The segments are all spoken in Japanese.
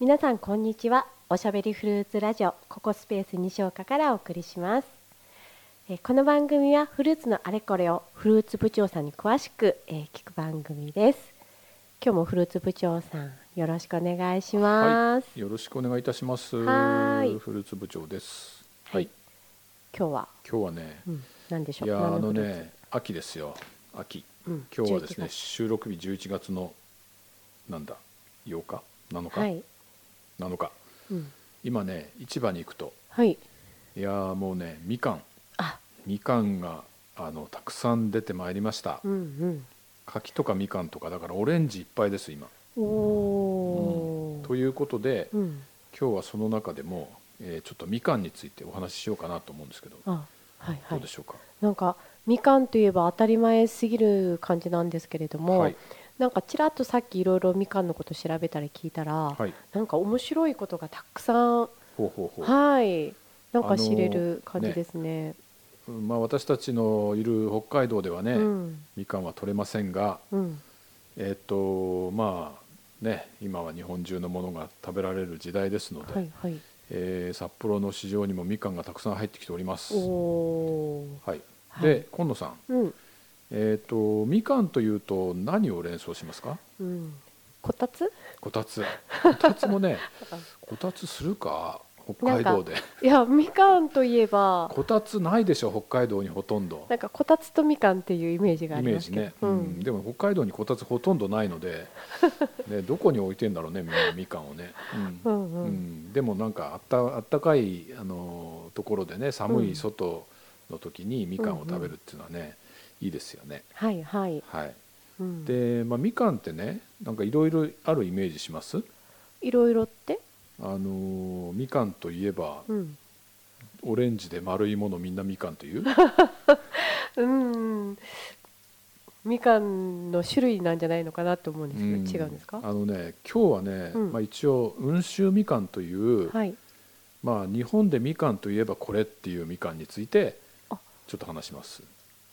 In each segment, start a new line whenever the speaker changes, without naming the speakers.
皆さんこんにちはおしゃべりフルーツラジオここスペース西岡からお送りしますえーこの番組はフルーツのあれこれをフルーツ部長さんに詳しく、えー聞く番組です今日もフルーツ部長さんよろしくお願いします、
よろしくお願いいたします。
はーい
フルーツ部長です。
はい今日は、
今日はね
う、ん、何でしょ
いうやーあ
何
の
フルーツ
ね、秋ですよ。秋。
うん
今日はです
11
ね、
月
収録日11月のなんだ、8日、7日、
はい、
7日。
うん、
今ね、市場に行くと、
はい
いやーもうね、みかん、
あ
みかんがあのたくさん出てまいりました
う。ん
柿とかみかんとかだからオレンジいっぱいです今。
うんおー
ということで、
うん
今日はその中でも、えーちょっとみかんについてお話ししようかなと思うんですけど、
あはいは
どう
い
でしょうか。
なんかみかんといえば当たり前すぎる感じなんですけれども、
はい
なんかちらっとさっきいろいろみかんのこと調べたり聞いたら、
はい。
なんか面白いことがたくさん
ほうほうほう。
はいなんか知れる感じですね。
うんまあ私たちのいる北海道ではね、
うん
みかんは取れませんが、
うん
えっ、とまあね、今は日本中のものが食べられる時代ですので、
はいはい
えー札幌の市場にもみかんがたくさん入ってきております。
おー
はい。
はい
で、今野さん、
うん
えっ、とみかんというと何を連想しますか？
うんこたつ
こたつ。こたつもね、こたつするか北海道で。
いやみかんといえば
こたつないでしょ北海道にほとんど。
なんかこたつとみかんっていうイメージがあ
イ
り
メー
ます
ジ
けど、
ね、うんでも北海道にこたつほとんどないので、ね、どこに置いてんだろうねみんなみかんをね、
う
うん
んうん、
うんでもなんかあったあったかい、あのーところでね寒い外の時にみかんを食べるっていうのはね、いいですよね
はいはい、
はい
うん、
で、まあ、みかんってねなんかいろいろあるイメージします
いろいろって、
あのーみかんといえば、
うん、
オレンジで丸いものみんなみかんという
うーんみかんの種類なんじゃないのかなと思うんですけ ど、違うんですか
あのね今日はね、
うん
まあ、一応温州みかんという、
はい
まあ、日本でみかんといえばこれっていうみかんについて
あ
ちょっと話します。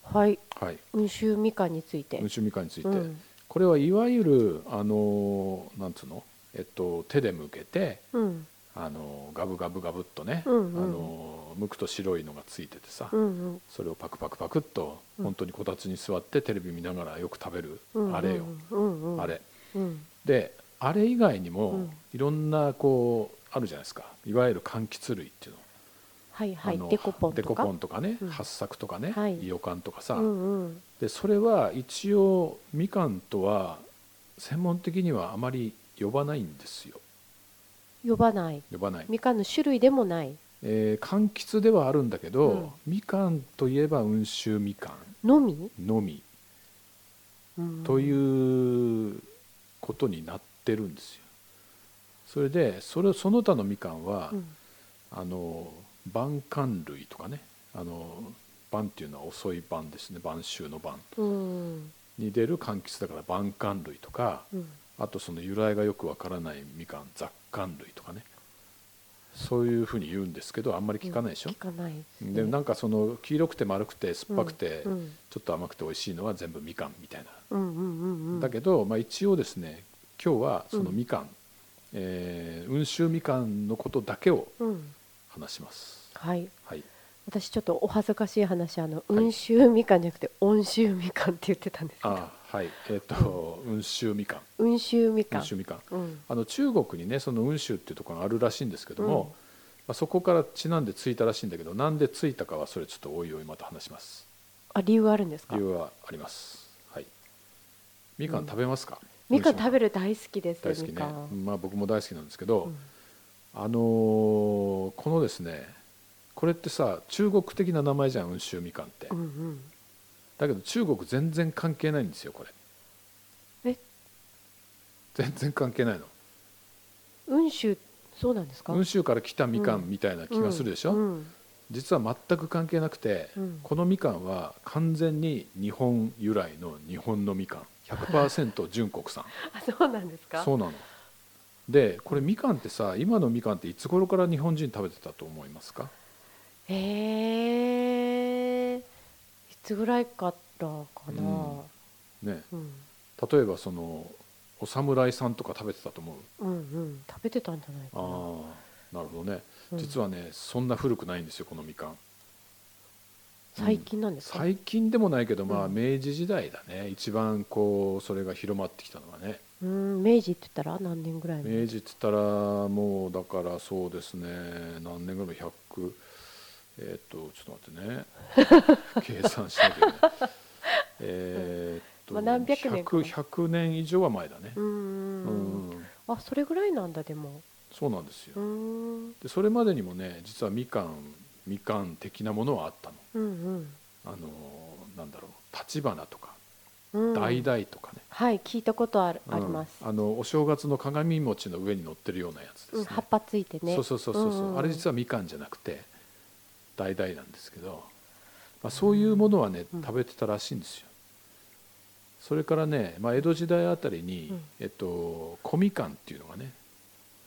はい
はい、
温州みかんについて
温州みかんについて、
うん
これはいわゆるあのーなんつうの、えっと、手で剥けて
うん
あのーガブガブガブっとね、
うんうん
あのー剥くと白いのがついててさ、
うん
それをパクパクパクっと
うん
本当にこたつに座ってテレビ見ながらよく食べる、
うん
あれよ、
うんうん、
あれ。
うん
であれ以外にも、
うん
いろんなこうあるじゃないですかいわゆる柑橘類っていうの。
はいは
あ
い
の
デコポン
デ
と
コ
か
ポンとかね、
うん
八作とかね、
はい
イオカンとかさ、
うんうん
でそれは一応みかんとは専門的にはあまり呼ばないんですよ
呼ばない
呼ばない、
みかんの種類でもない
えー柑橘ではあるんだけど、
うん
みかんといえば温州みか
のみ、
んのみ
うん、
といううことになってるんですよそれでそれその他のみかんは、
ん
あの晩柑類とかねあの晩っていうのは遅い晩ですね晩秋の晩
うん
に出る柑橘だから晩柑類とか
うん
あとその由来がよくわからないみかん雑柑類とかねそういうふうに言うんですけどあんまり聞かないでしょ
聞、かないす
でなんかその黄色くて丸くて酸っぱくて、
うんうん
ちょっと甘くて美味しいのは全部みかんみたいな、
うんうんうんうん
だけど、まあ、一応ですね今日はそのみかん、えー温州みかんのことだけを
うん
話します
はい
はい
私ちょっとお恥ずかしい話あの
い
温州みかんじゃなくて温州みかんって言ってたんですけど
あはいえっ、と温州みかん
温州みかん
温州みかん
うん
あの中国にねその温州っていうところがあるらしいんですけども、
うん
まあ、そこからちなんでついたらしいんだけどなんでついたかはそれちょっとおいおいまた話します
あ理由あるんですか
理由はありますはいみかん食べますか、
みかん食べ
る
る大好きです
大好き
み
ね
かん、
まあ僕も大好きなんですけど、
うん
あのーこのですねこれってさ中国的な名前じゃん温州みかんって、
うんうん
だけど中国全然関係ないんですよこれ
え
全然関係ないの
温州そうなんですか
温州から来たみかんみたいな気がするでしょ、
うん
実は全く関係なくて、
うん
このみかんは完全に日本由来の日本のみかん100%純国 産
あそうなんですか
そうなのでこれみかんってさ今のみかんっていつ頃から日本人食べてたと思いますか
へえいつぐらいからかな
ね
うん
例えばそのお侍さんとか食べてたと思う
うんうん食べてたんじゃないかな
ああなるほどね、
うん
実はねそんな古くないんですよこのみかん
最近なんですか、
最近でもないけどまあ
うん
明治時代だね一番こうそれが広まってきたのはね
うん明治って言ったら何年ぐらいの
明治っつったらもうだからそうですね何年ぐらいの100えーっとちょっと待 ってね計算しなきゃいけないえーっと、
まあ何百年か
100, 100年以上は前だね
うー
うんん、
あそれぐらいなんだでも
そうなんです
うー
よ
ん
でそれまでにもね実はみかんみかん的なものはあったの
うん
あのーなんだろう立花とか
うんうん
橙とかね、
はい聞いたことある、
うん
あります、
あのお正月の鏡餅の上に乗ってるようなやつです
うん、
ね、
葉っぱついてね
そうそうそうそうそう、
んん
あれ実はみかんじゃなくて橙なんですけど、まあ、そういうものはね、
うん
食べてたらしいんですよそれからね、まあ、江戸時代あたりに、
うん
えっと小みかんっていうのがね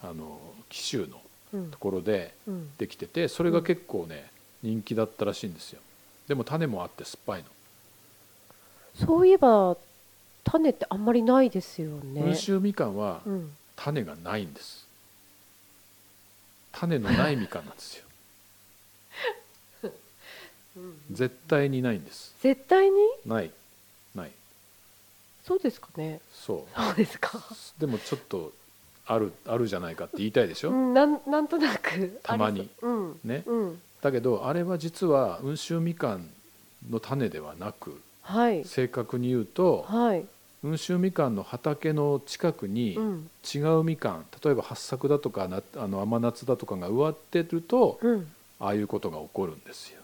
あの紀州の
うん
ところで
うん
できててそれが結構ね、人気だったらしいんですよでも種もあって酸っぱいの
そういえば種ってあんまりないですよね
温州みかんは
うん、
種がないんです種のないみかんなんですよ絶対にないんです
絶対に
ないない
そうですかね
そ
そうですか
うでもちょっとあるあるじゃないかって言いたいでしょ、
うん、なんなんとなく
たまに
ありそううん
ね
うん、
だけどあれは実は温州みかんの種ではなく
はい
正確に言うと
はい、
温州みかんの畑の近くに
うん
違うみかん例えば八作だとかなあの甘夏だとかが植わってると
うん、
ああいうことが起こるんですよ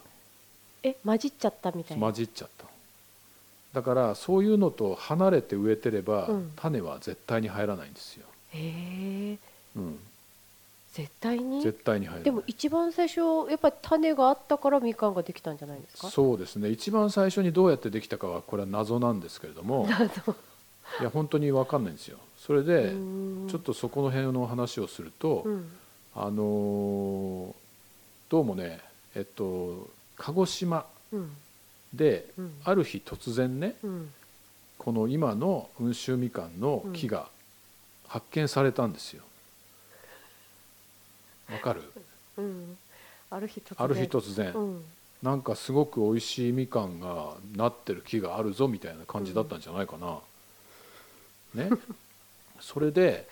え混じっちゃったみたいな
混じっちゃったのだからそういうのと離れて植えてれば、
うん
種は絶対に入らないんですよ、
へえ
うん、
絶対に
絶対に入らない
でも一番最初やっぱり種があったからみかんができたんじゃないですか
そうですね一番最初にどうやってできたかはこれは謎なんですけれども いや本当に分かんないんですよそれでちょっ
と、
とそこの辺の話をすると、
うん、
あのーどうもねえっと鹿児島
うん
で
うん
ある日突然ね
うん
この今の温州みかんの木が発見されたんですよ。わかる
うんある日突然
ある日突然、
うん
なんかすごく美味しいみかんがなってる木があるぞみたいな感じだったんじゃないかな。ねそれで、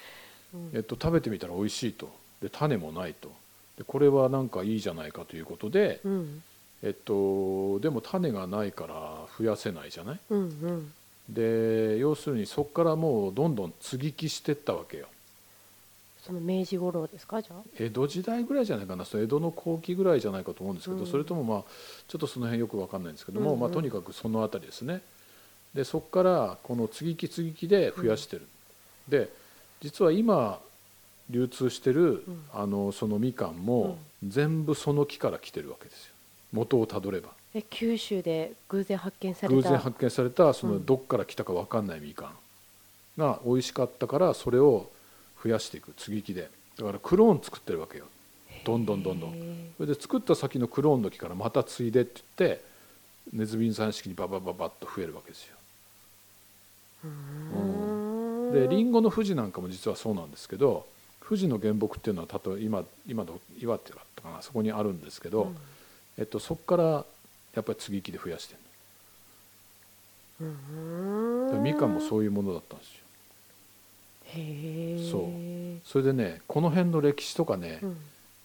うん
えっと、食べてみたら美味しいとで種もないとでこれはなんかいいじゃないかということで、
うん
えっと、でも種がないから増やせないじゃない
うんうん
で要するにそこからもうどんどん接ぎ木してったわけよ
その明治頃ですかじゃあ
江戸時代ぐらいじゃないかなその江戸の後期ぐらいじゃないかと思うんですけど、
うん
それともまあちょっとその辺よく分かんないんですけども、
うんうん
まあ、とにかくその辺りですねでそこからこの接ぎ木接ぎ木で増やしてる、で実は今流通してる、
うん
あのそのみかんも全部その木から来てるわけですよ元をたどれば
え九州で偶然発見され
偶
た
然発見されたそうの
ん
どっから来たか分かんないみかんが美味しかったからそれを増やしていく接ぎ木でだからクローン作ってるわけよどんどんどんどん
へ
それで作った先のクローンの木からまた継いでって言ってネズミさん式にババババッと増えるわけですよ
ーうーん
でリンゴの富士なんかも実はそうなんですけど富士の原木っていうのは例えば今今の岩手だったかなそこにあるんですけど、
うん
えっと、そこからやっぱり接ぎ木で増やしてる
う
のだ
ー
から
ん
みかんもそういうものだったんですよ
へえ
そうそれでねこの辺の歴史とかね、
うん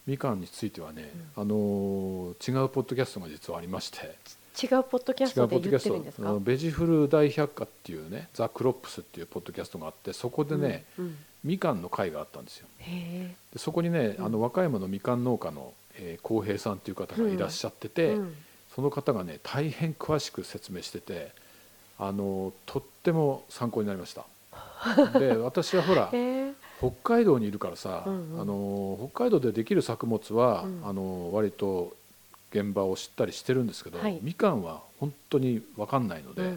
みかんについてはね、あのー違うポッドキャストが実はありまして
違うポッドキャス
違
ト
うポ
で
ッ
言
ドキャ
ってるんで
ス
す
トあの
か
ベジフル大百科っていうねザ・クロップスっていうポッドキャストがあってそこでね、
うんうん
みかんの会があったんですよ
へ
でそこにね、
うん
あの和歌山のみかん農家のえー浩、平さんっていう方がいらっしゃって
え
て、
うん
その方がね大変詳しく説明しててあのーとっても参考になりました で私はほら
へえ
北海道にいるからさ、
うんうん
あの北海道でできる作物は、
うん
あの割と現場を知ったりしてるんですけど、
はい
みかんは本当に分かんないので、
うんうんう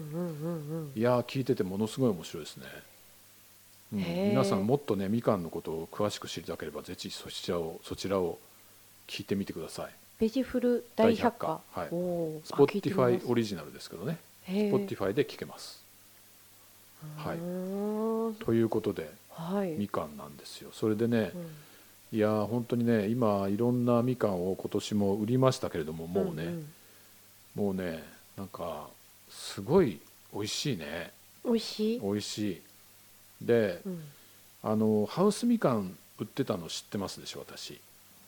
ん
いやー聞いててものすごい面白いですね、うん
へー
皆さんもっとねみかんのことを詳しく知りたければぜひそちらをそちらを聞いてみてください
ベジフル大百科
大百科はい
おーあ聞いてみます
Spotify オリジナルですけどね
へえ
Spotify で聞けます、はいう
ーん
ということで
はい
みかんなんですよそれでね
うん
いやー本当にね今いろんなみかんを今年も売りましたけれどももうね、
んん
もうねなんかすごい美味しいね
美味しい、
美味しいで、
うん、
あのハウスみかん売ってたの知ってますでしょ私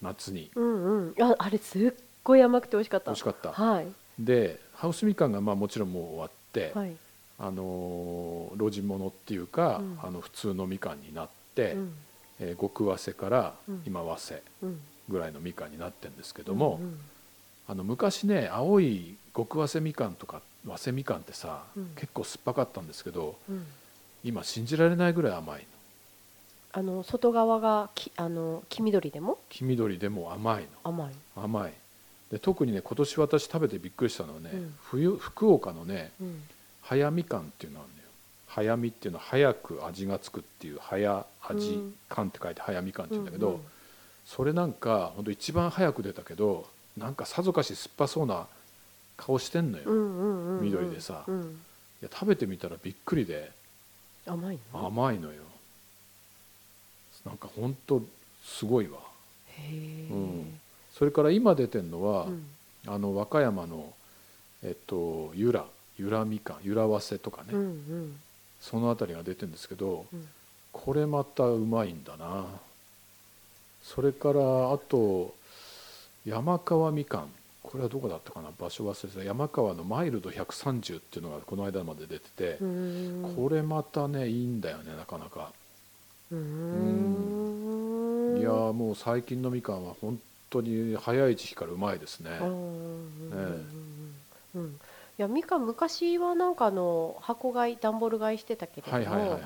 夏に
うんうんああれすっごい甘くて美味しかった
美味しかった
はい
でハウスみかんがまあもちろんもう終わって、
はい、
あのー露地物っていうか、
うん
あの普通のみかんになって、
うん
えー極早生から
うん
今早生
うん、
ぐらいのみかんになってるんですけども、
うん
あの昔ね青い極早生みかんとか早生みかんってさ、
うん
結構酸っぱかったんですけど
うんうん
今信じられないぐらい甘いの
あの外側がきあの黄緑でも
黄緑でも甘いの
甘い
甘いで特にね今年私食べてびっくりしたのはね、
うん
冬福岡のね
うん
早みかんっていうのがあるんだよ早みっていうのは早く味がつくっていう早
う
味
ん
かんって書いて早みかんって言うんだけど、
うんうん
それなんかほんと一番早く出たけどなんかさぞかし酸っぱそうな顔してんのよ、
う
い
んうんうんうん
緑でさ
うん、
や食べてみたらびっくりで
甘いの
甘いのよなんかほんとすごいわ
へえ、
うんそれから今出てんのは、
うん
あの和歌山のえっと由良由良みかん由良わせとかね、
うんうん
その辺りが出てるんですけど
うん
これまたうまいんだなそれからあと山川みかんこれはどこだったかな場所忘れてた山川のマイルド130っていうのがこの間まで出てて
う、ーん
これまたねいいんだよねなかなか、
うーん
いやーもう最近のみかんは本当に早い時期からうまいですね、
うんうんうんうんうんいやみかん昔はなんかあの箱買い段ボール買いしてたけれども、
はいはいはいはい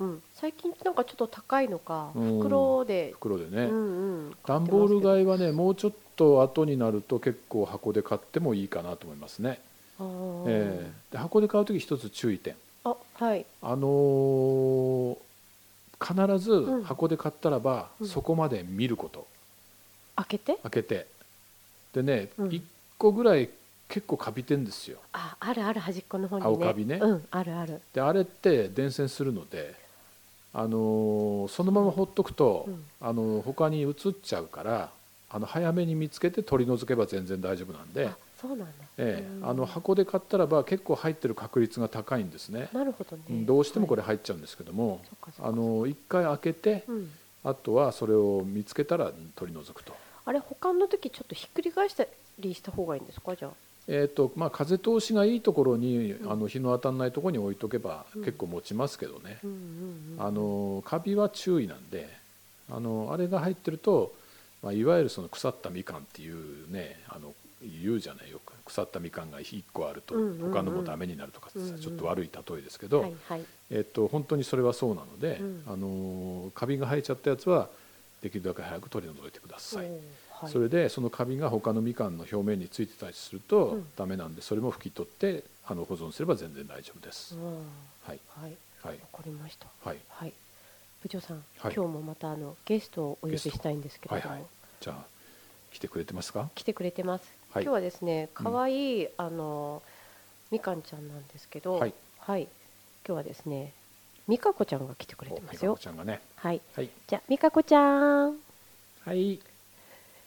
うん、最近なんかちょっと高いのか
うん
袋で、
袋で
う
ね、
んうん、
段ボール
い
買いはねもうちょっと後になると結構箱で買ってもいいかなと思いますね、えーで箱で買う時一つ注意点
あはい
あのー必
うん
ず箱で買ったらば、
うん
そこまで見ること
開けて
開けてでね、
うん
1個ぐらい結構カビてんですよ
ああるある端っこの方にね
青カビね
うんあるある
であれって伝染するので、あのーそのまま放っとくと、
うん
あのー他に移っちゃうからあの早めに見つけて取り除けば全然大丈夫なんで
あそうなんだ、
え
うん
え、あの箱で買ったらば結構入ってる確率が高いんですね、
なるほどね
どうしてもこ
れ、
れ入っちゃうんですけども、
はいそっかそっか
あの一回開けて、
うん、
あとはそれを見つけたら取り除くと,、
あれ保管の時ちょっとひっくり返したりした方がいいんですかじゃあ
えーとまあ、風通しがいいところに、
うん
あの日の当たらないところに置いとけば
うん
結構持ちますけどね、
うんうんうん
あのカビは注意なんであのあれが入ってると、まあ、いわゆるその腐ったみかんっていうねあの言うじゃないよく腐ったみかんが1個あると
うんうんうん
他のもダメになるとかってさ、
うんうん
ちょっと悪い例えですけど、
はいはい
えっと、本当にそれはそうなので、
うん
あのカビが生えちゃったやつはできるだけ早く取り除いてください、
おーはい
それでそのカビが他のみかんの表面についてたりすると、
うん
ダメなんでそれも拭き取ってあの保存すれば全然大丈夫です、
うん
はい
はい
はい
わかりました
はい
はい部長さん、
はい
今日もまたあのゲストをお呼び
ゲスト
したいんですけ
は
れ
い
ども、
はいじゃあ来てくれてますか
来てくれてます、
はい
今日はですね可愛い、あのみかんちゃんなんですけど
はい、
はい今日はですねみかこちゃんが来てくれ
お
て
み
ま
か
す
こ
よ
ちゃんがね
はい
はい
じゃあみかこちゃん
はい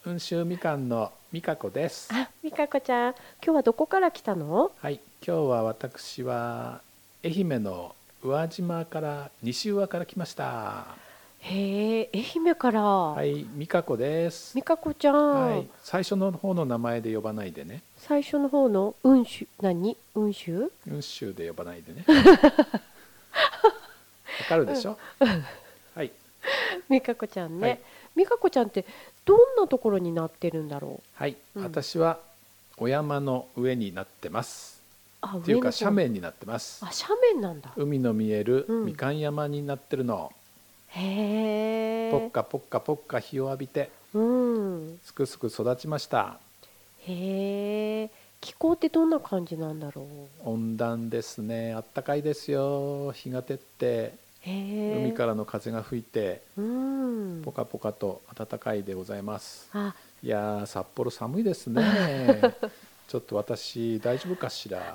温州みかんのみかこです
あみかこちゃん今日はどこから来たの
はい今日は私は愛媛の宇和島から西宇和から来ました
へえ愛媛から、
はい、美香子です
み。かこちゃん、
はい、最初の方の名前で呼ばないでね。
最初の方の運州何運州
うんしゅうで呼ばない でね。わかるでしょ。はい、
みかこちゃん
はい
ね、みかこちゃんってどんなところになってるんだろう
はい、
うん
私はお山の上になってます。
あ
っていうか
上の方
斜面になってます
あ。斜面なんだ
海の見える
うん
みかん山になってるの。
へ
ポッ
え
カポッカポッカ日を浴びて
うん
すくすく育ちました。
へえ気候ってどんな感じなんだろう
温暖ですね。あったかいですよ。日が照って
へえ
海からの風が吹いて。
うん
ポカポカと暖かいでございます。
あ
いやー札 幌寒いですね。ちょっと私大丈夫かしら。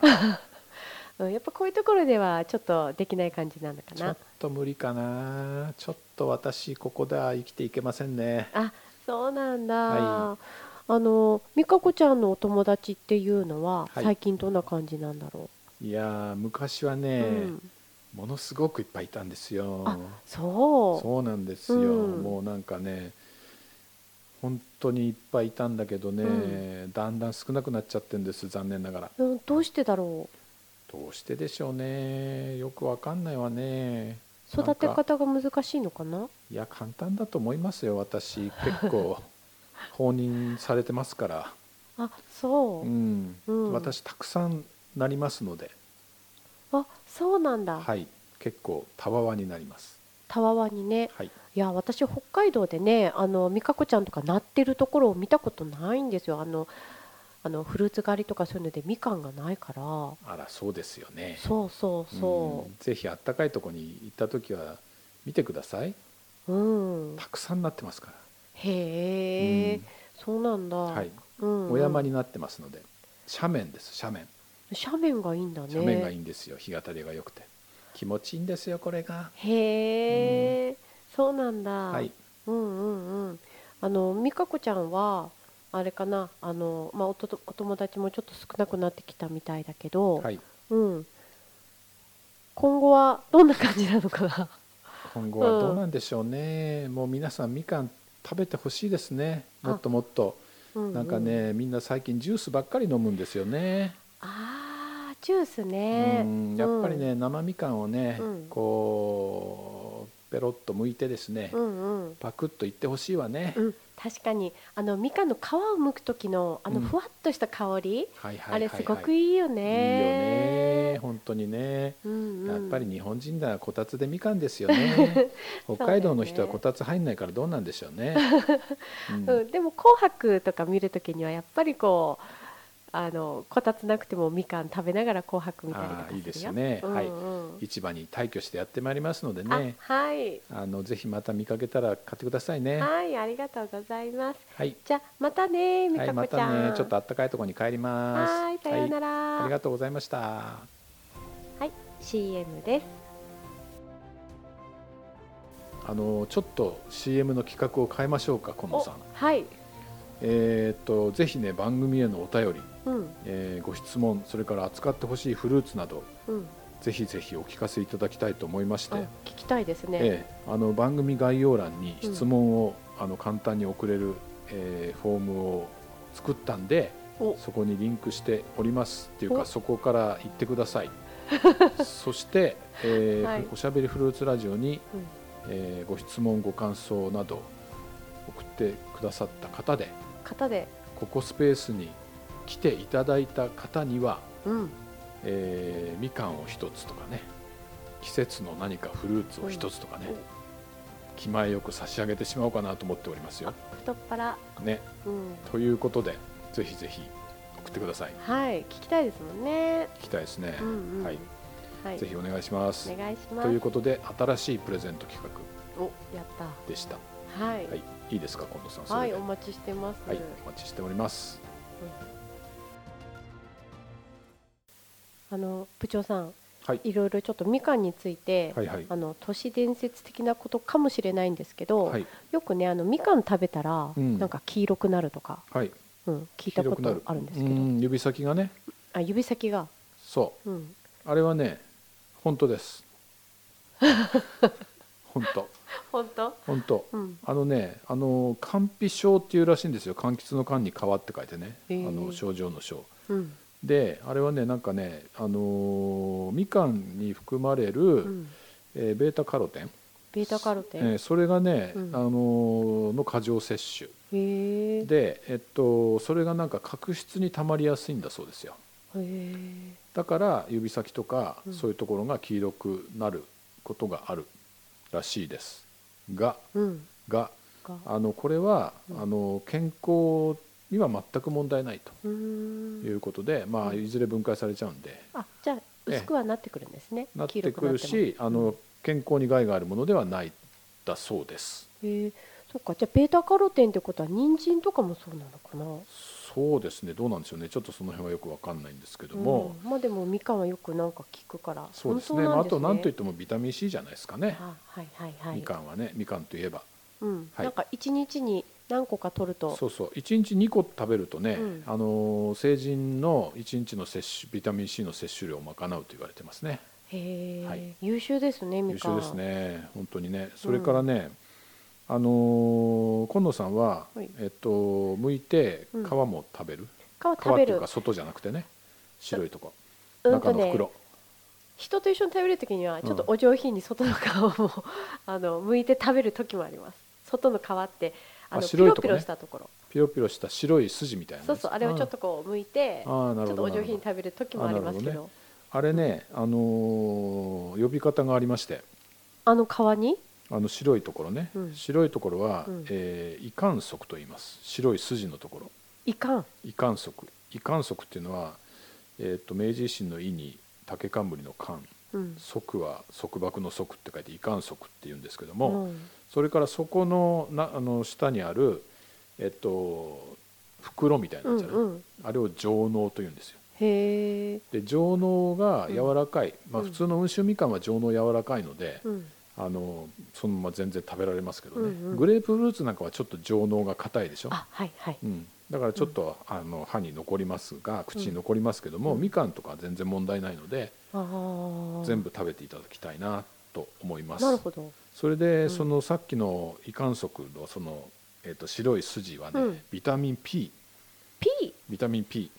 うん、やっぱこういうところではちょっとできない感じなのか
ちょ
な
っと無理かなちょっと私ここでは生きていけませんね
あそうなんだ、
は
あの美香子ちゃんのお友達っていうのは
はい
最近どんな感じなんだろ
いやー昔は
う、
ね、
うん、
ものすごくいっぱいいたんですよ
あそう
そうなんですよ、
うん
もうなんかね本当にいっぱいいたんだけどね、
う
だんだん少なくなっちゃってるんです残念ながら
うん、どうしてだろう
どうしてでしょうねよくわかんないわねなんか
育て方が難しいのかない
や簡単だと思いますよ私結 構放任されてますから、
あそうう、
ん
うん
私たくさんなりますので
あそうなんだ、
はい結構たわわになります
たわわにね
はい
いや私北海道でねあの美香子ちゃんとかなってるところを見たことないんですよあのあのフルーツ狩りとかそういうのでみかんがないから
あらそうですよね
そうそうそ
んぜひあったかいとこに行った時は見てくださいう
うん、
たくさんなってますから、
へえ、
うん
そうなんだ、
はい、
うんうん
お山になってますので斜面です斜面
斜面がいいんだね
斜面がいいんですよ、日当たりが良くて気持ちいいんですよこれが
へえ、そうなんだ、
はい
うんうんうんあの美香子ちゃんはあれかなあの、まあ、おとお友達もちょっと少なくなってきたみたいだけど、
はい
うん、今後はどんな感じなのか な
今後はどうなんでしょうね、もう皆さんみかん食べてほしいですねもっともっと
うう
なんかねみんな最近ジュースばっかり飲むんですよね、
あージュースね
うんやっぱりね、生みかんをね、
うん
こうペロッと剥いてですね、
うんうんうん
パクッといってほしいわね、
うん確かにあのみかんの皮を剥く時のあの
うん
ふわっとした香り、
はいはい
あ
はい、
れ
はい、
すごくいいよ
いいよね
ね。
本当にね
うんうん
やっぱり日本人ならこたつでみかんですよ ね北海道の人はこたつ入んないからどうなんでしょ うね、うん
うん、でも「紅白」とか見るときにはやっぱりこうあのこたつなくてもみかん食べながら「紅白」見たりとか
あーいいです
するよ
ねはい
うんうん
市場に退去してやってまいりますのでね
あはい、
あのぜひまた見かけたら買ってくださいねは
はい、ありがとうございます。
い、
じゃあまたねみ
は
か
い、ま
こちゃ
た
ん、
ねちょっとあったかいところに帰ります
はいさようなら、
はいありがとうございました。
CM です
あのちょっと CM の企画を変えましょうか、近野さん。
はい
えーっとぜひね番組へのお便り、
うん
えーご質問、それから扱ってほしいフルーツなど
うん
ぜひぜひお聞かせいただきたいと思いまし
あ
て、
聞きたいですね、
ええあの番組概要欄に質問を、あの簡単に送れる、えーフォームを作ったんで
お
そこにリンクしておりますっていうか
お
そこから行ってく ださいそして、えー
はい
おしゃべりフルーツラジオに、
うん
えーご質問ご感想など送ってくださった方で
型で
ここスペースに来ていただいた方には
うん
えーみかんを一つとかね季節の何かフルーツを一つとかね、
うん
気前よく差し上げてしまおうかなと思っておりますよ。
太っ腹
ね、
うん
ということでぜひぜひ送ってください
はい聞きたいですもんね
聞きたいですね、
うんうん
はい、
はい
ぜひお願いします。
お願いします
ということで新しいプレゼント企画
おやった
でした。
はい
はい、いいですか近藤さんそ
は
れ
い
で
お待ちしてます
はい、お待ちしております。
あの部長さん
はい
いろいろちょっとみかんについて、
はいはい
あの都市伝説的なことかもしれないんですけど、
はい
よくねあのみかん食べたら、
うん
なんか黄色くなるとか、
はい。
うん、聞いたこ
広くな
と
る
あるんですけど
うん指先がね、
あ指先が、
そう
うん、
あれはね本当です 本当
本当、
本当
うん、
あのねあの肝皮症っていうらしいんですよ柑橘の缶に皮って書いてね、
へー
あの症状の症
うん、
であれはねなんかねあのーみかんに含まれる、
うん、
えーベータカロテン、
ベータカロテ
え
ン、
ーそれがね、
うん
あのーの過剰摂
へえ
取、で、えっと、それがなんか角質にたまりやすいんだそうですよ
へえ、
だから指先とか
うん
そういうところが黄色くなることがあるらしいですが
うん、
が
が、
あのこれは
うん
あの健康には全く問題ないと
う
い
ーん、
うことでまあ
うん
いずれ分解されちゃうんで
あ、じゃあ
ええ
薄くはなってくるんですね。
なっ
黄
て
色
くる
なって
し
も
あの健康に害があるものではないだそうです
へえ、そっか、じゃあベータカロテンってことは人参とかもそうなのかな。
そうですねどうなんでしょうねちょっとその辺はよくわかんないんですけども、
うんまあでもみかんはよくなんか聞くから
そうですね
本当
まあ
な
あ
ん
と何といっ
と
てもビタミン C じゃないですかね、
はいはいはい
みかんはねみかんといえば
うん
はい
なんか一日に何個か取ると
そうそう1日2個食べるとね、
うん
あのー成人の1日の摂取ビタミン C の摂取量を賄うと言われてますね
へえ、
はい
優秀ですねみ
優
かん
秀ですね本当にねそれからね、あのー今野さんは、
はい
えっと剥いて皮
うん
も食べる、
皮を
皮
食べ
っていう
る
か外じゃなくてね白いとこ、
うん
中
と
の
ね
袋、
人と一緒に食べる時には
うん
ちょっとお上品に外の皮をも あの剥いて食べる時もあります外の皮ってあの
あ
ピ
白い
ロ
とこね
ピロしたところ
ピロピロした白い筋みたいなやつ
そうそうあれをちょっとこう剥いて
あ
ち
ーあ
ょ
ーな
っ
るほ
と
ど
お
な
上
るほど
品に食べる時もありますけ
あなる
ど
あれね、あのー呼び方がありまして
あの皮に
あの白いところね、
うん
白いところは、
うん
えー、胃管束と言います白い筋のところ
いかん
胃管束胃管束っていうのは、えー、と明治維新の「胃」に竹冠の「冠
うん」
束は束縛の束って書いて胃管束っていうんですけど
う
も、
ん
それからそこのなあの下にある、えっと、袋みたいな
うん
やつある、
うん
あれを上納というんですよ
へえ
で上納が柔らかい、まあ
うん
普通の温州みかんは上納柔らかいので、
うん
あのそのまま全然食べられますけど
う
ね、
んうん
グレープフルーツなんかはちょっと上納が硬いでしょ、
あはいはい
うん、だからちょっと、あの歯に残りますが口に残りますけども、
うん
みかんとかは全然問題ないので、
あー
全部食べていただきたいなと思います
なるほど
それで、
ん
そのさっきの胃管束のその、えっと白い筋はね、
うん
ビタミン P
P
ビタミン P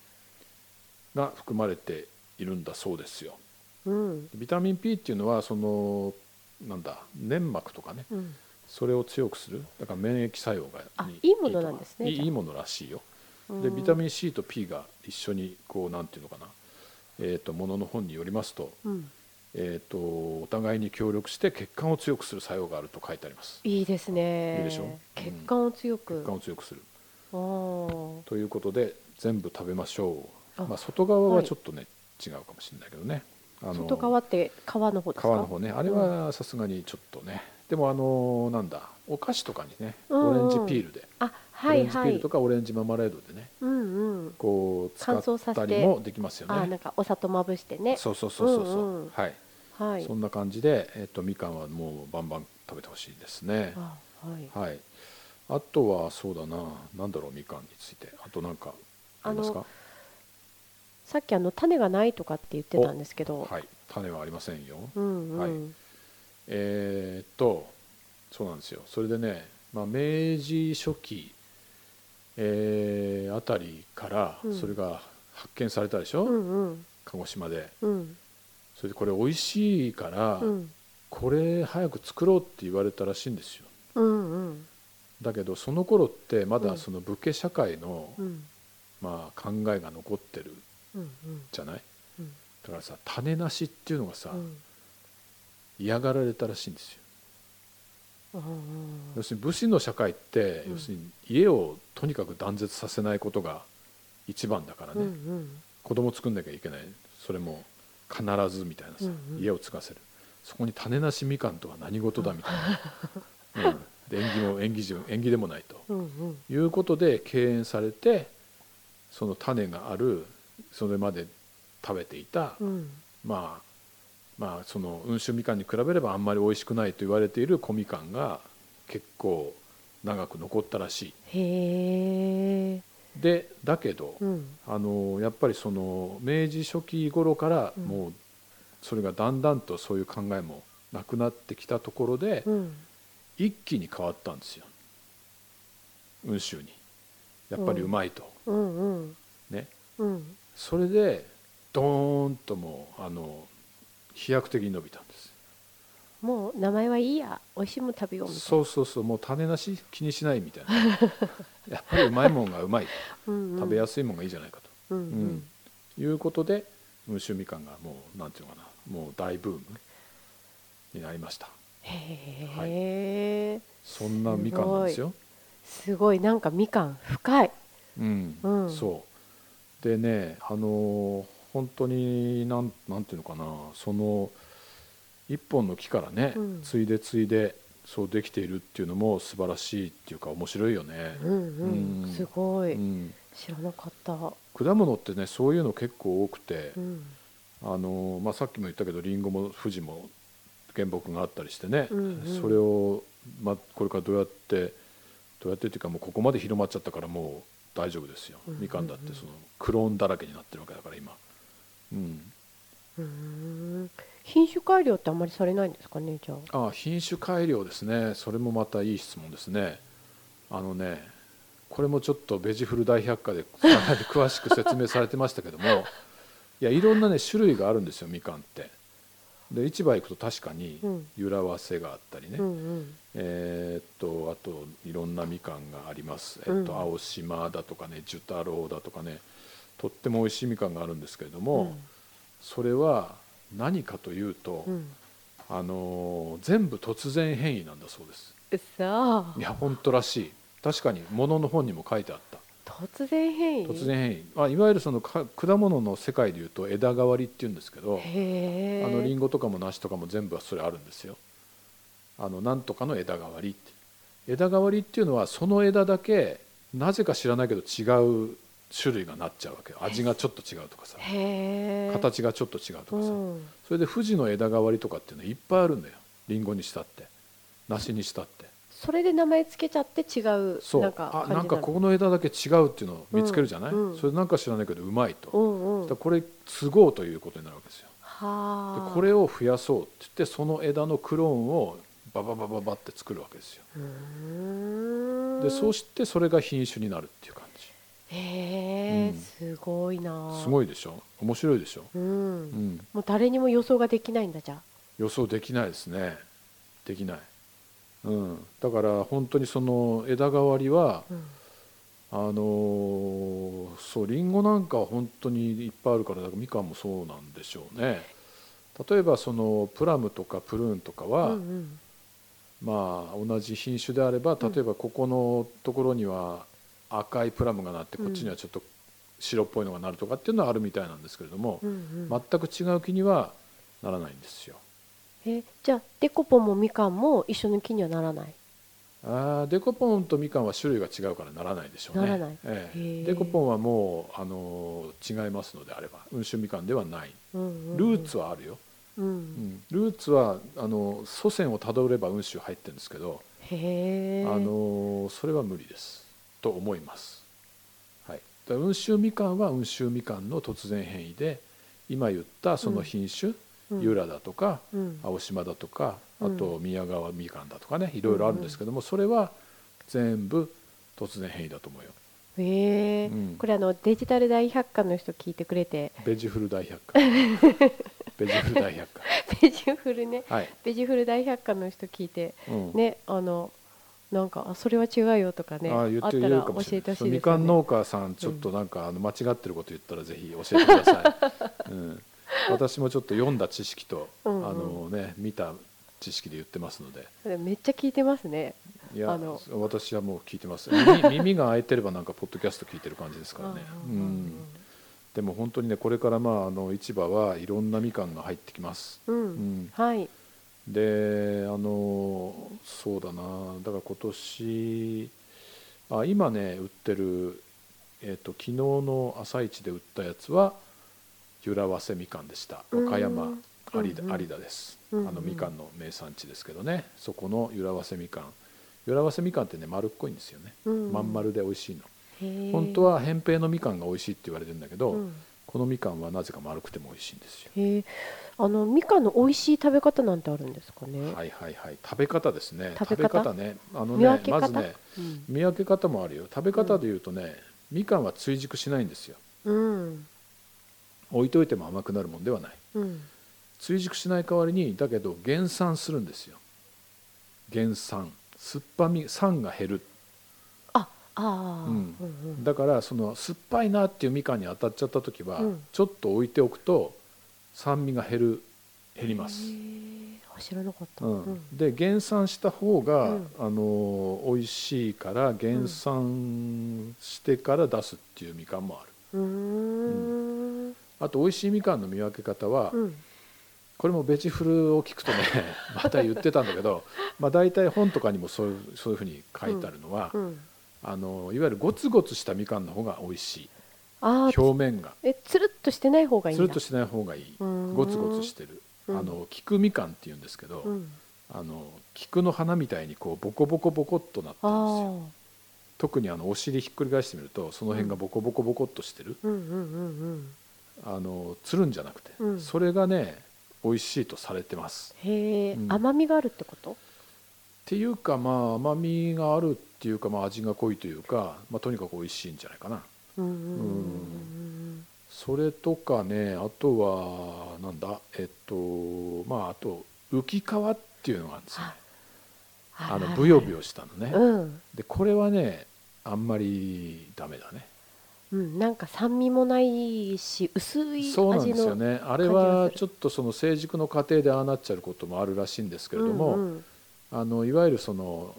が含まれているんだそうですよ
うん
ビタミン P っていうのはそのなんだ粘膜とかね
うん
それを強くするだから免疫作用が
あ
に
いいものなんですね
いい
じゃあ
いいものらしいよでビタミン C と P が一緒にこうなんていうのかなえーとものの本によりますと,、
うん
えー、とお互いに協力して血管を強くする作用があると書いてあります
いいですね
いいでしょ
血管を強く、
血管を強くする
あー
ということで全部食べましょう
あ
まあ、外側は
はい
ちょっとね、違うかもしれないけどねあの
外側って皮の方です
皮
か
の方ねあれはさすがにちょっとね、でもあのなんだお菓子とかにね
うん
オ
う
レ
ん
ンジピールで、
あはい
オレンジ
は
ピール
い
とかオレンジママレードでね
うんうん
こう使
乾燥
っ
さ
た
せ
り
て
もできますよ
あー
ね
なんかお砂糖まぶしてね
そうそうそうそうそう、
うんうん
はい、
はい
そんな感じで、えっとみかんはもうバンバン食べてほしいですね
あはい
はいあとはそうだななんだろうみかんについてあとなんかありますか
さっきあの種がないとかって言ってたんですけど、
はい種はありませんよ、
うんうん、
はいえーっとそうなんですよそれでね、まあ、明治初期、えーあたりから
うん
それが発見されたでしょ、
うんうん
鹿児島で
うん
それでこれ美味しいから、
うん
これ早く作ろうって言われたらしいんですよ
うんうん
だけどその頃ってま
う
だ
ん
その武家社会の、
うん
まあ、考えが残ってる
うん
じゃない
うんうん
だからさ種なしっていうのがさ、
うん
嫌がられたらしいんですよ
うん
要するに武士の社会って、
うん
要するに家をとにかく断絶させないことが一番だからね、
うんうん
子供作んなきゃいけないそれも必ずみたいなさ、
うんうん
家を継がせるそこに種なしみかんとは何事だみたい な、うんで縁起も縁起じ縁起でもないと
うんうん
いうことで敬遠されてその種があるそれまで食べていた、
うん
まあまあその温州みかんに比べればあんまり美味しくないと言われている小みかんが結構長く残ったらし
へえ
いでだけど、
うん
あのやっぱりその明治初期頃から
うん
もうそれがだんだんとそういう考えもなくなってきたところで、
うん
一気に変わったんですよ温州にやっぱりうまいと、
うんうん
ね
うん
それでドーンともうあの飛躍的に伸びたんです
もう名前はいいや美味しいもん食べようみたい
そうそうそうもう種なし気にしないみたいな やっぱりうまいもんがうまい
な、うんうん、
食べやすいもんがいいじゃないか
うんう
と、
ん
うんいうことで温州みかんがもうなんていうのかなもう大ブームになりました
へえ、
そんなみかんなんですよ
すごいなんかみかん深い
うん、
うん
そうでねあのー本当になんなんていうのかなその一本の木からね、
うん
ついでついでそうできているっていうのも素晴らしいっていうか面白いよね、
うんう
うんん
すご
う
い
ん、
知らなかった
果物ってねそういうの結構多くて、
うん
あのまあ、さっきも言ったけどリンゴも富士も原木があったりしてね、
うんうん
それを、まあ、これからどうやってどうやってっていうかもうここまで広まっちゃったからもう大丈夫ですよ、
うんうんうん
みかんだってそのクローンだらけになってるわけだから今、うん、
うん品種改良ってあんまりされないんですかねじゃあ
ああ品種改良ですねそれもまたいい質問ですねあのねこれもちょっとベジフル大百科でかなり詳しく説明されてましたけどもいやいろんなね種類があるんですよみかんってで市場行くと確かに
うん
由良わせがあったりね、
うんうん
えーっとあといろんなみかんがあります、えっと
うん
青島だとかね寿太郎だとかねとっても美味しいみかんがあるんですけれども、それは何かというと、
うんうん
あのー全部突然変異なんだそうです
うそ
いや本当らしい確かに物の本にも書いてあった
突然変異
突然変異あいわゆるそのか果物の世界でいうと枝代わりっていうんですけどあ
へえ
のリンゴとかも梨とかも全部はそれあるんですよあのなんとかの枝代わりって枝代わりっていうのはその枝だけなぜか知らないけど違う種類がなっちゃうわけよ味がちょっと違うとかさ
へえ
形がちょっと違うとかさ
うん
それで富士の枝代わりとかっていうのはいっぱいあるんだよリンゴにしたって梨にしたって
それで名前つけちゃって違う
そう
なんか感
あ
じ
なんかここの枝だけ違うっていうのを見つけるじゃない、
うんうん
それなんか知らないけどうまいと、
う
だ
んうん
からこれ都合ということになるわけですよで
はあ
これを増やそうって言ってその枝のクローンをバババババって作るわけですよ
うーん
でそうしてそれが品種になるっていう感じ
へえ、
うん
すごいな
すご
い、
いでしょ面白いでしょ、
うん
うん、
もう誰にも予想ができないんだじゃあ
予想できないですねできない、うん、だから本当にその枝代わりは
うん
あのーそうりんごなんかは本当にいっぱいあるからだからみかんもそうなんでしょうね例えばそのプラムとかプルーンとかは、
うんうん
まあ同じ品種であれば
うん
例えばここのところには赤いプラムがなってこっちにはちょっと白っぽいのがなるとかっていうのはあるみたいなんですけれども、
うんうん
全く違う木にはならないんですよ。
えじゃあデコポンもみかんも一緒の木にはならない
あーデコポンとみかんは種類が違うからならないでしょうね。
ならない
ええ
へえ
デコポンはもう、あのー違いますのであれば温州みかんではない
うんうん
ルーツはあるよ、
うん
うんルーツはあの祖先をたどれば温州入ってるんですけど、
へえ
あのーそれは無理ですと思います、はい、だから温州みかんは温州みかんの突然変異で今言ったその品種、
うん
由良だとか、
うん
青島だとかあ
うん
と宮川みかんだとかねいろいろあるんですけども、それは全部突然変異だと思うよ
へえ、
うん
これあのデジタル大百科の人聞いてくれて
ベジフル大百科ベジフル大百
ベジフルね
科はい、
ベジフル大百科の人聞いて
うん
ねあのなんかあそれは違うよとかね
ああ言っ
あった
て
ら
言えるか
教
もしれ
え
ない
てほしいです
そう
よね
みかん農家さんちょっとなんかあの間違ってること言ったらぜひ教えてくださ い、うん、私もちょっと読んだ知識と、
うんうん
あのね見た知識で言ってますので
めっちゃ聞いてますね
いや
あの
私はもう聞いてます耳耳が開いてればなんかポッドキャスト聞いてる感じですからね、
う
うんん
うんうん
でも本当にねこれからまああの市場はいろんなみかんが入ってきます、
うん、
うん
はい
であのそうだなだから今年あ今ね売ってる、えっと昨日の朝市で売ったやつは由良わせみかんでした
うん
和歌山有田,、
うんうん
有田です、
うんうん
あのみかんの名産地ですけどねそこの由良わせみかん由良わせみかんってね丸っこいんですよね、
うん
まん丸で美味しいの
本
本当は扁平のみかんが美味しいって言われてるんだけど、
うん
このみかんはなぜか丸くても美味しいんですよ
へえあのみかんの美味しい食べ方なんてあるんですかね、
はいはいはい食べ方ですね
食
食
べ
べ
方
方ねあの
見分
ね
け方
まずね見分け方もあるよ食べ方でいうとね、みかんは追熟しないんですよ
うん
置いといても甘くなるもんではない
うん
追熟しない代わりにだけど減産するんですよ減産酸っぱみ酸が減る
ああー、
うん
うん
だからその酸っぱいなっていうみかんに当たっちゃった時は、
うん
ちょっと置いておくと酸味が減る減ります、
へえあ知らなかった、
うんで減産した方が、
うん
あの美味しいから減産してから出すっていうみかんもある、
うんうーん
あと美味しいみかんの見分け方は、
うん
これもベジフルを聞くとね また言ってたんだけど、まあ、大体本とかにもそういうそういうふうに書いてあるのは、
うん、
あのいわゆるゴツゴツしたみかんの方が美味しい
ああ
表面が
えつるっとしてない方がいいん
つ
だ
るっとしてない方がいいゴツゴツしてるあ
うん
の菊みかんっていうんですけど、
てうん、
あの菊の花みたいにこうボコボコボコっとなって
あ
る
あ
んですよ特にあのお尻ひっくり返してみるとその辺がボコボコボコっとしてる、
うんうんうんうん
あのつるんじゃなくて、
うん
それがね美味しいとされてますっ
へえ、
うん
甘みがあるってこと
ていうかまあ甘みがあるっていうか、まあ、味が濃いというか、まあ、とにかく美味しいんじゃないかな
うんうんうんうん
それとかねあとはなんだえっとまああと浮き皮っていうのがあるんですよねあのブヨブ
ヨ
ヨしたのね、
うん、
でこれはねあんまりダメだね
うん、なんか酸味もないし薄い味の
そうなんですよねあ
感
れ
じが
は
する
ちょっとその成熟の過程でああなっちゃうこともあるらしいんですけれども、
うんうん
あのいわゆるその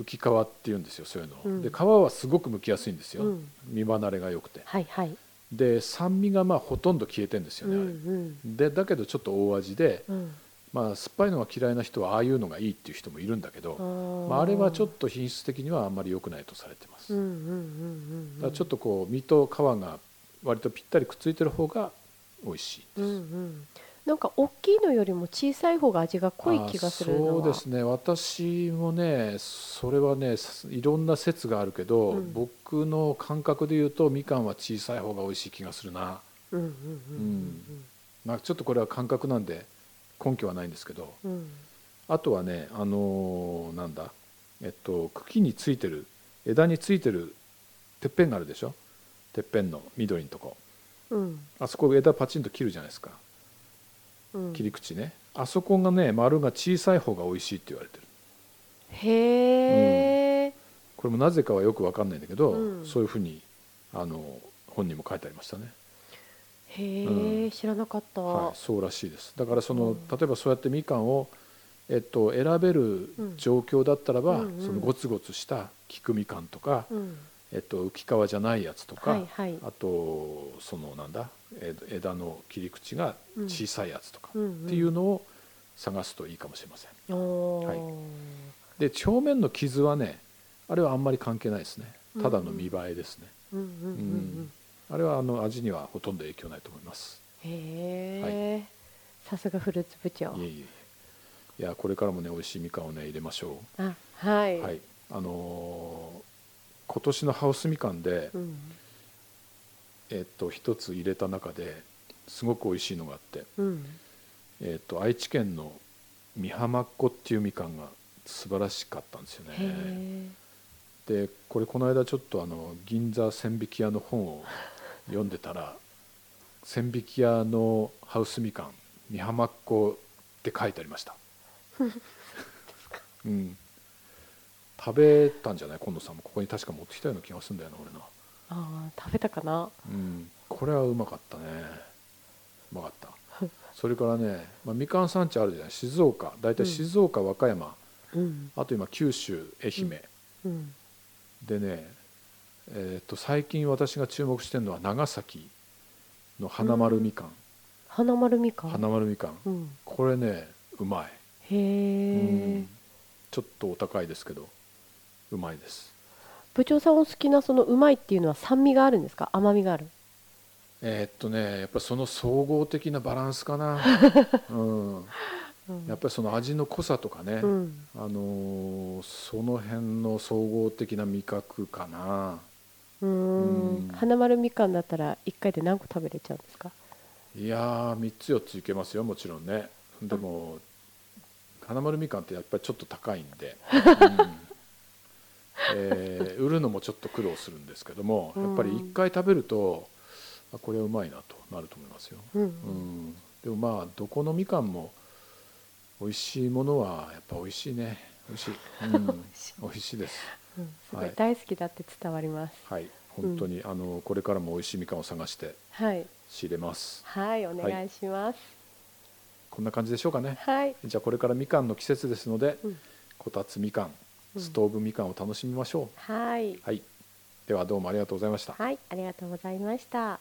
浮き皮っていうんですよそういうの、
うん
で皮はすごく剥きやすいんですよ、
うん
身離れが良くて
はいはい、
で酸味がまあほとんど消えてんですよ
うん
ね、
う
あれ
ん
でだけどちょっと大味で、
うん
まあ、酸っぱいのが嫌いな人はああいうのがいいっていう人もいるんだけど、
ー
まあ、あれはちょっと品質的にはあんまり良くないとされてます、
うんうんうんうんうん
だからちょっとこう身と皮が割とぴったりくっついてる方が美味しい
うん
で
う
す、
んなんか大きいのよりも小さい方が味が濃い気がするのは
あーそうですね私もねそれはねさいろんな説があるけど、
うん
僕の感覚で言うとみかんは小さい方が美味しい気がするな
うんうん
なんかちょっとこれは感覚なんで根拠はないんですけど
うんうんうん
あとはねあのーなんだえっと茎についてる枝についてるてっぺんがあるでしょてっぺんの緑のとこ
うん
あそこ枝パチンと切るじゃないですか
うん
切り口ね、あそこがね丸が小さい方が美味しいって言われてる
へえ、
これもなぜかはよく分かんないんだけど、
うん
そういうふうにあの本にも書いてありましたね、
へえ、
うん
知らなかった、
はい、そうらしいですだからその、
うん
例えばそうやってみかんを、えっと、選べる状況だったらば、
うんうんうん
そのゴツゴツした菊みかんとか、
うん
えっと、浮き皮じゃないやつとか、
はいはい
あとそのなんだえ枝の切り口が小さいやつとか、
うんうんうん
っていうのを探すといいかもしれません
おー
はいで表面の傷はねあれはあんまり関係ないですねただの見栄えですね、
うんうんうんう
うんんあれはあの味にはほとんど影響ないと思います。
へえ、さすがフルーツ部長
いえいえ。いやこれからもね美味しいみかんをね入れましょ
あは
う。
い、
はい。あのー今年のハウスみかんで、
うん
えっと一つ入れた中ですごく美味しいのがあって、
うん
えっと愛知県の美浜っ子っていうみかんが素晴らしかったんですよ
へ
ね。
え
でこれこの間ちょっとあの銀座千引き屋の本を読んでたら千匹屋のハウスみかん美浜っ子って書いてありましたうん食べたんじゃない今野さんもここに確か持ってきたような気がするんだよな俺な
あー食べたかな
うんこれはうまかったねうまかったそれからね、まあ、みかん産地あるじゃない静岡大体静岡、和歌山
うん
あと今九州愛媛、
うん
でね、えー、と最近私が注目してるのは長崎の花丸みかん、
花丸みかん
花丸みかん
うん
これねうまい、
へえ、
うんちょっとお高いですけどうまいです
部長さんお好きなそのうまいっていうのは酸味があるんですか甘みがある
えーっとねやっぱその総合的なバランスか な、うん、
うん
やっぱりその味の濃さとかね、
うん
あのーその辺の総合的な味覚かな
うーん
うん
花丸みかんだったら一回で何個食べれちゃうんですか
いやー3つ4ついけますよもちろんねでも花丸みかんってやっぱりちょっと高いんで、うんえー売るのもちょっと苦労するんですけどもやっぱり1回食べるとあこれはうまいなとなると思いますよ、
うん
うん、でもまあどこのみかんも美味しいものはやっぱ美味しいね美味しい、 うん、美味しいです
うんすご
はいい
大好きだって伝わります
はい本当に、あのこれからも美味しいみかんを探して
はい
仕入れます
はいお願いします
こんな感じでしょうかね
はい
じゃあこれからみかんの季節ですので、
うん
こたつみかん
うん
ストーブみかんを楽しみましょう、
はい
はいではどうもありがとうございました
はいありがとうございました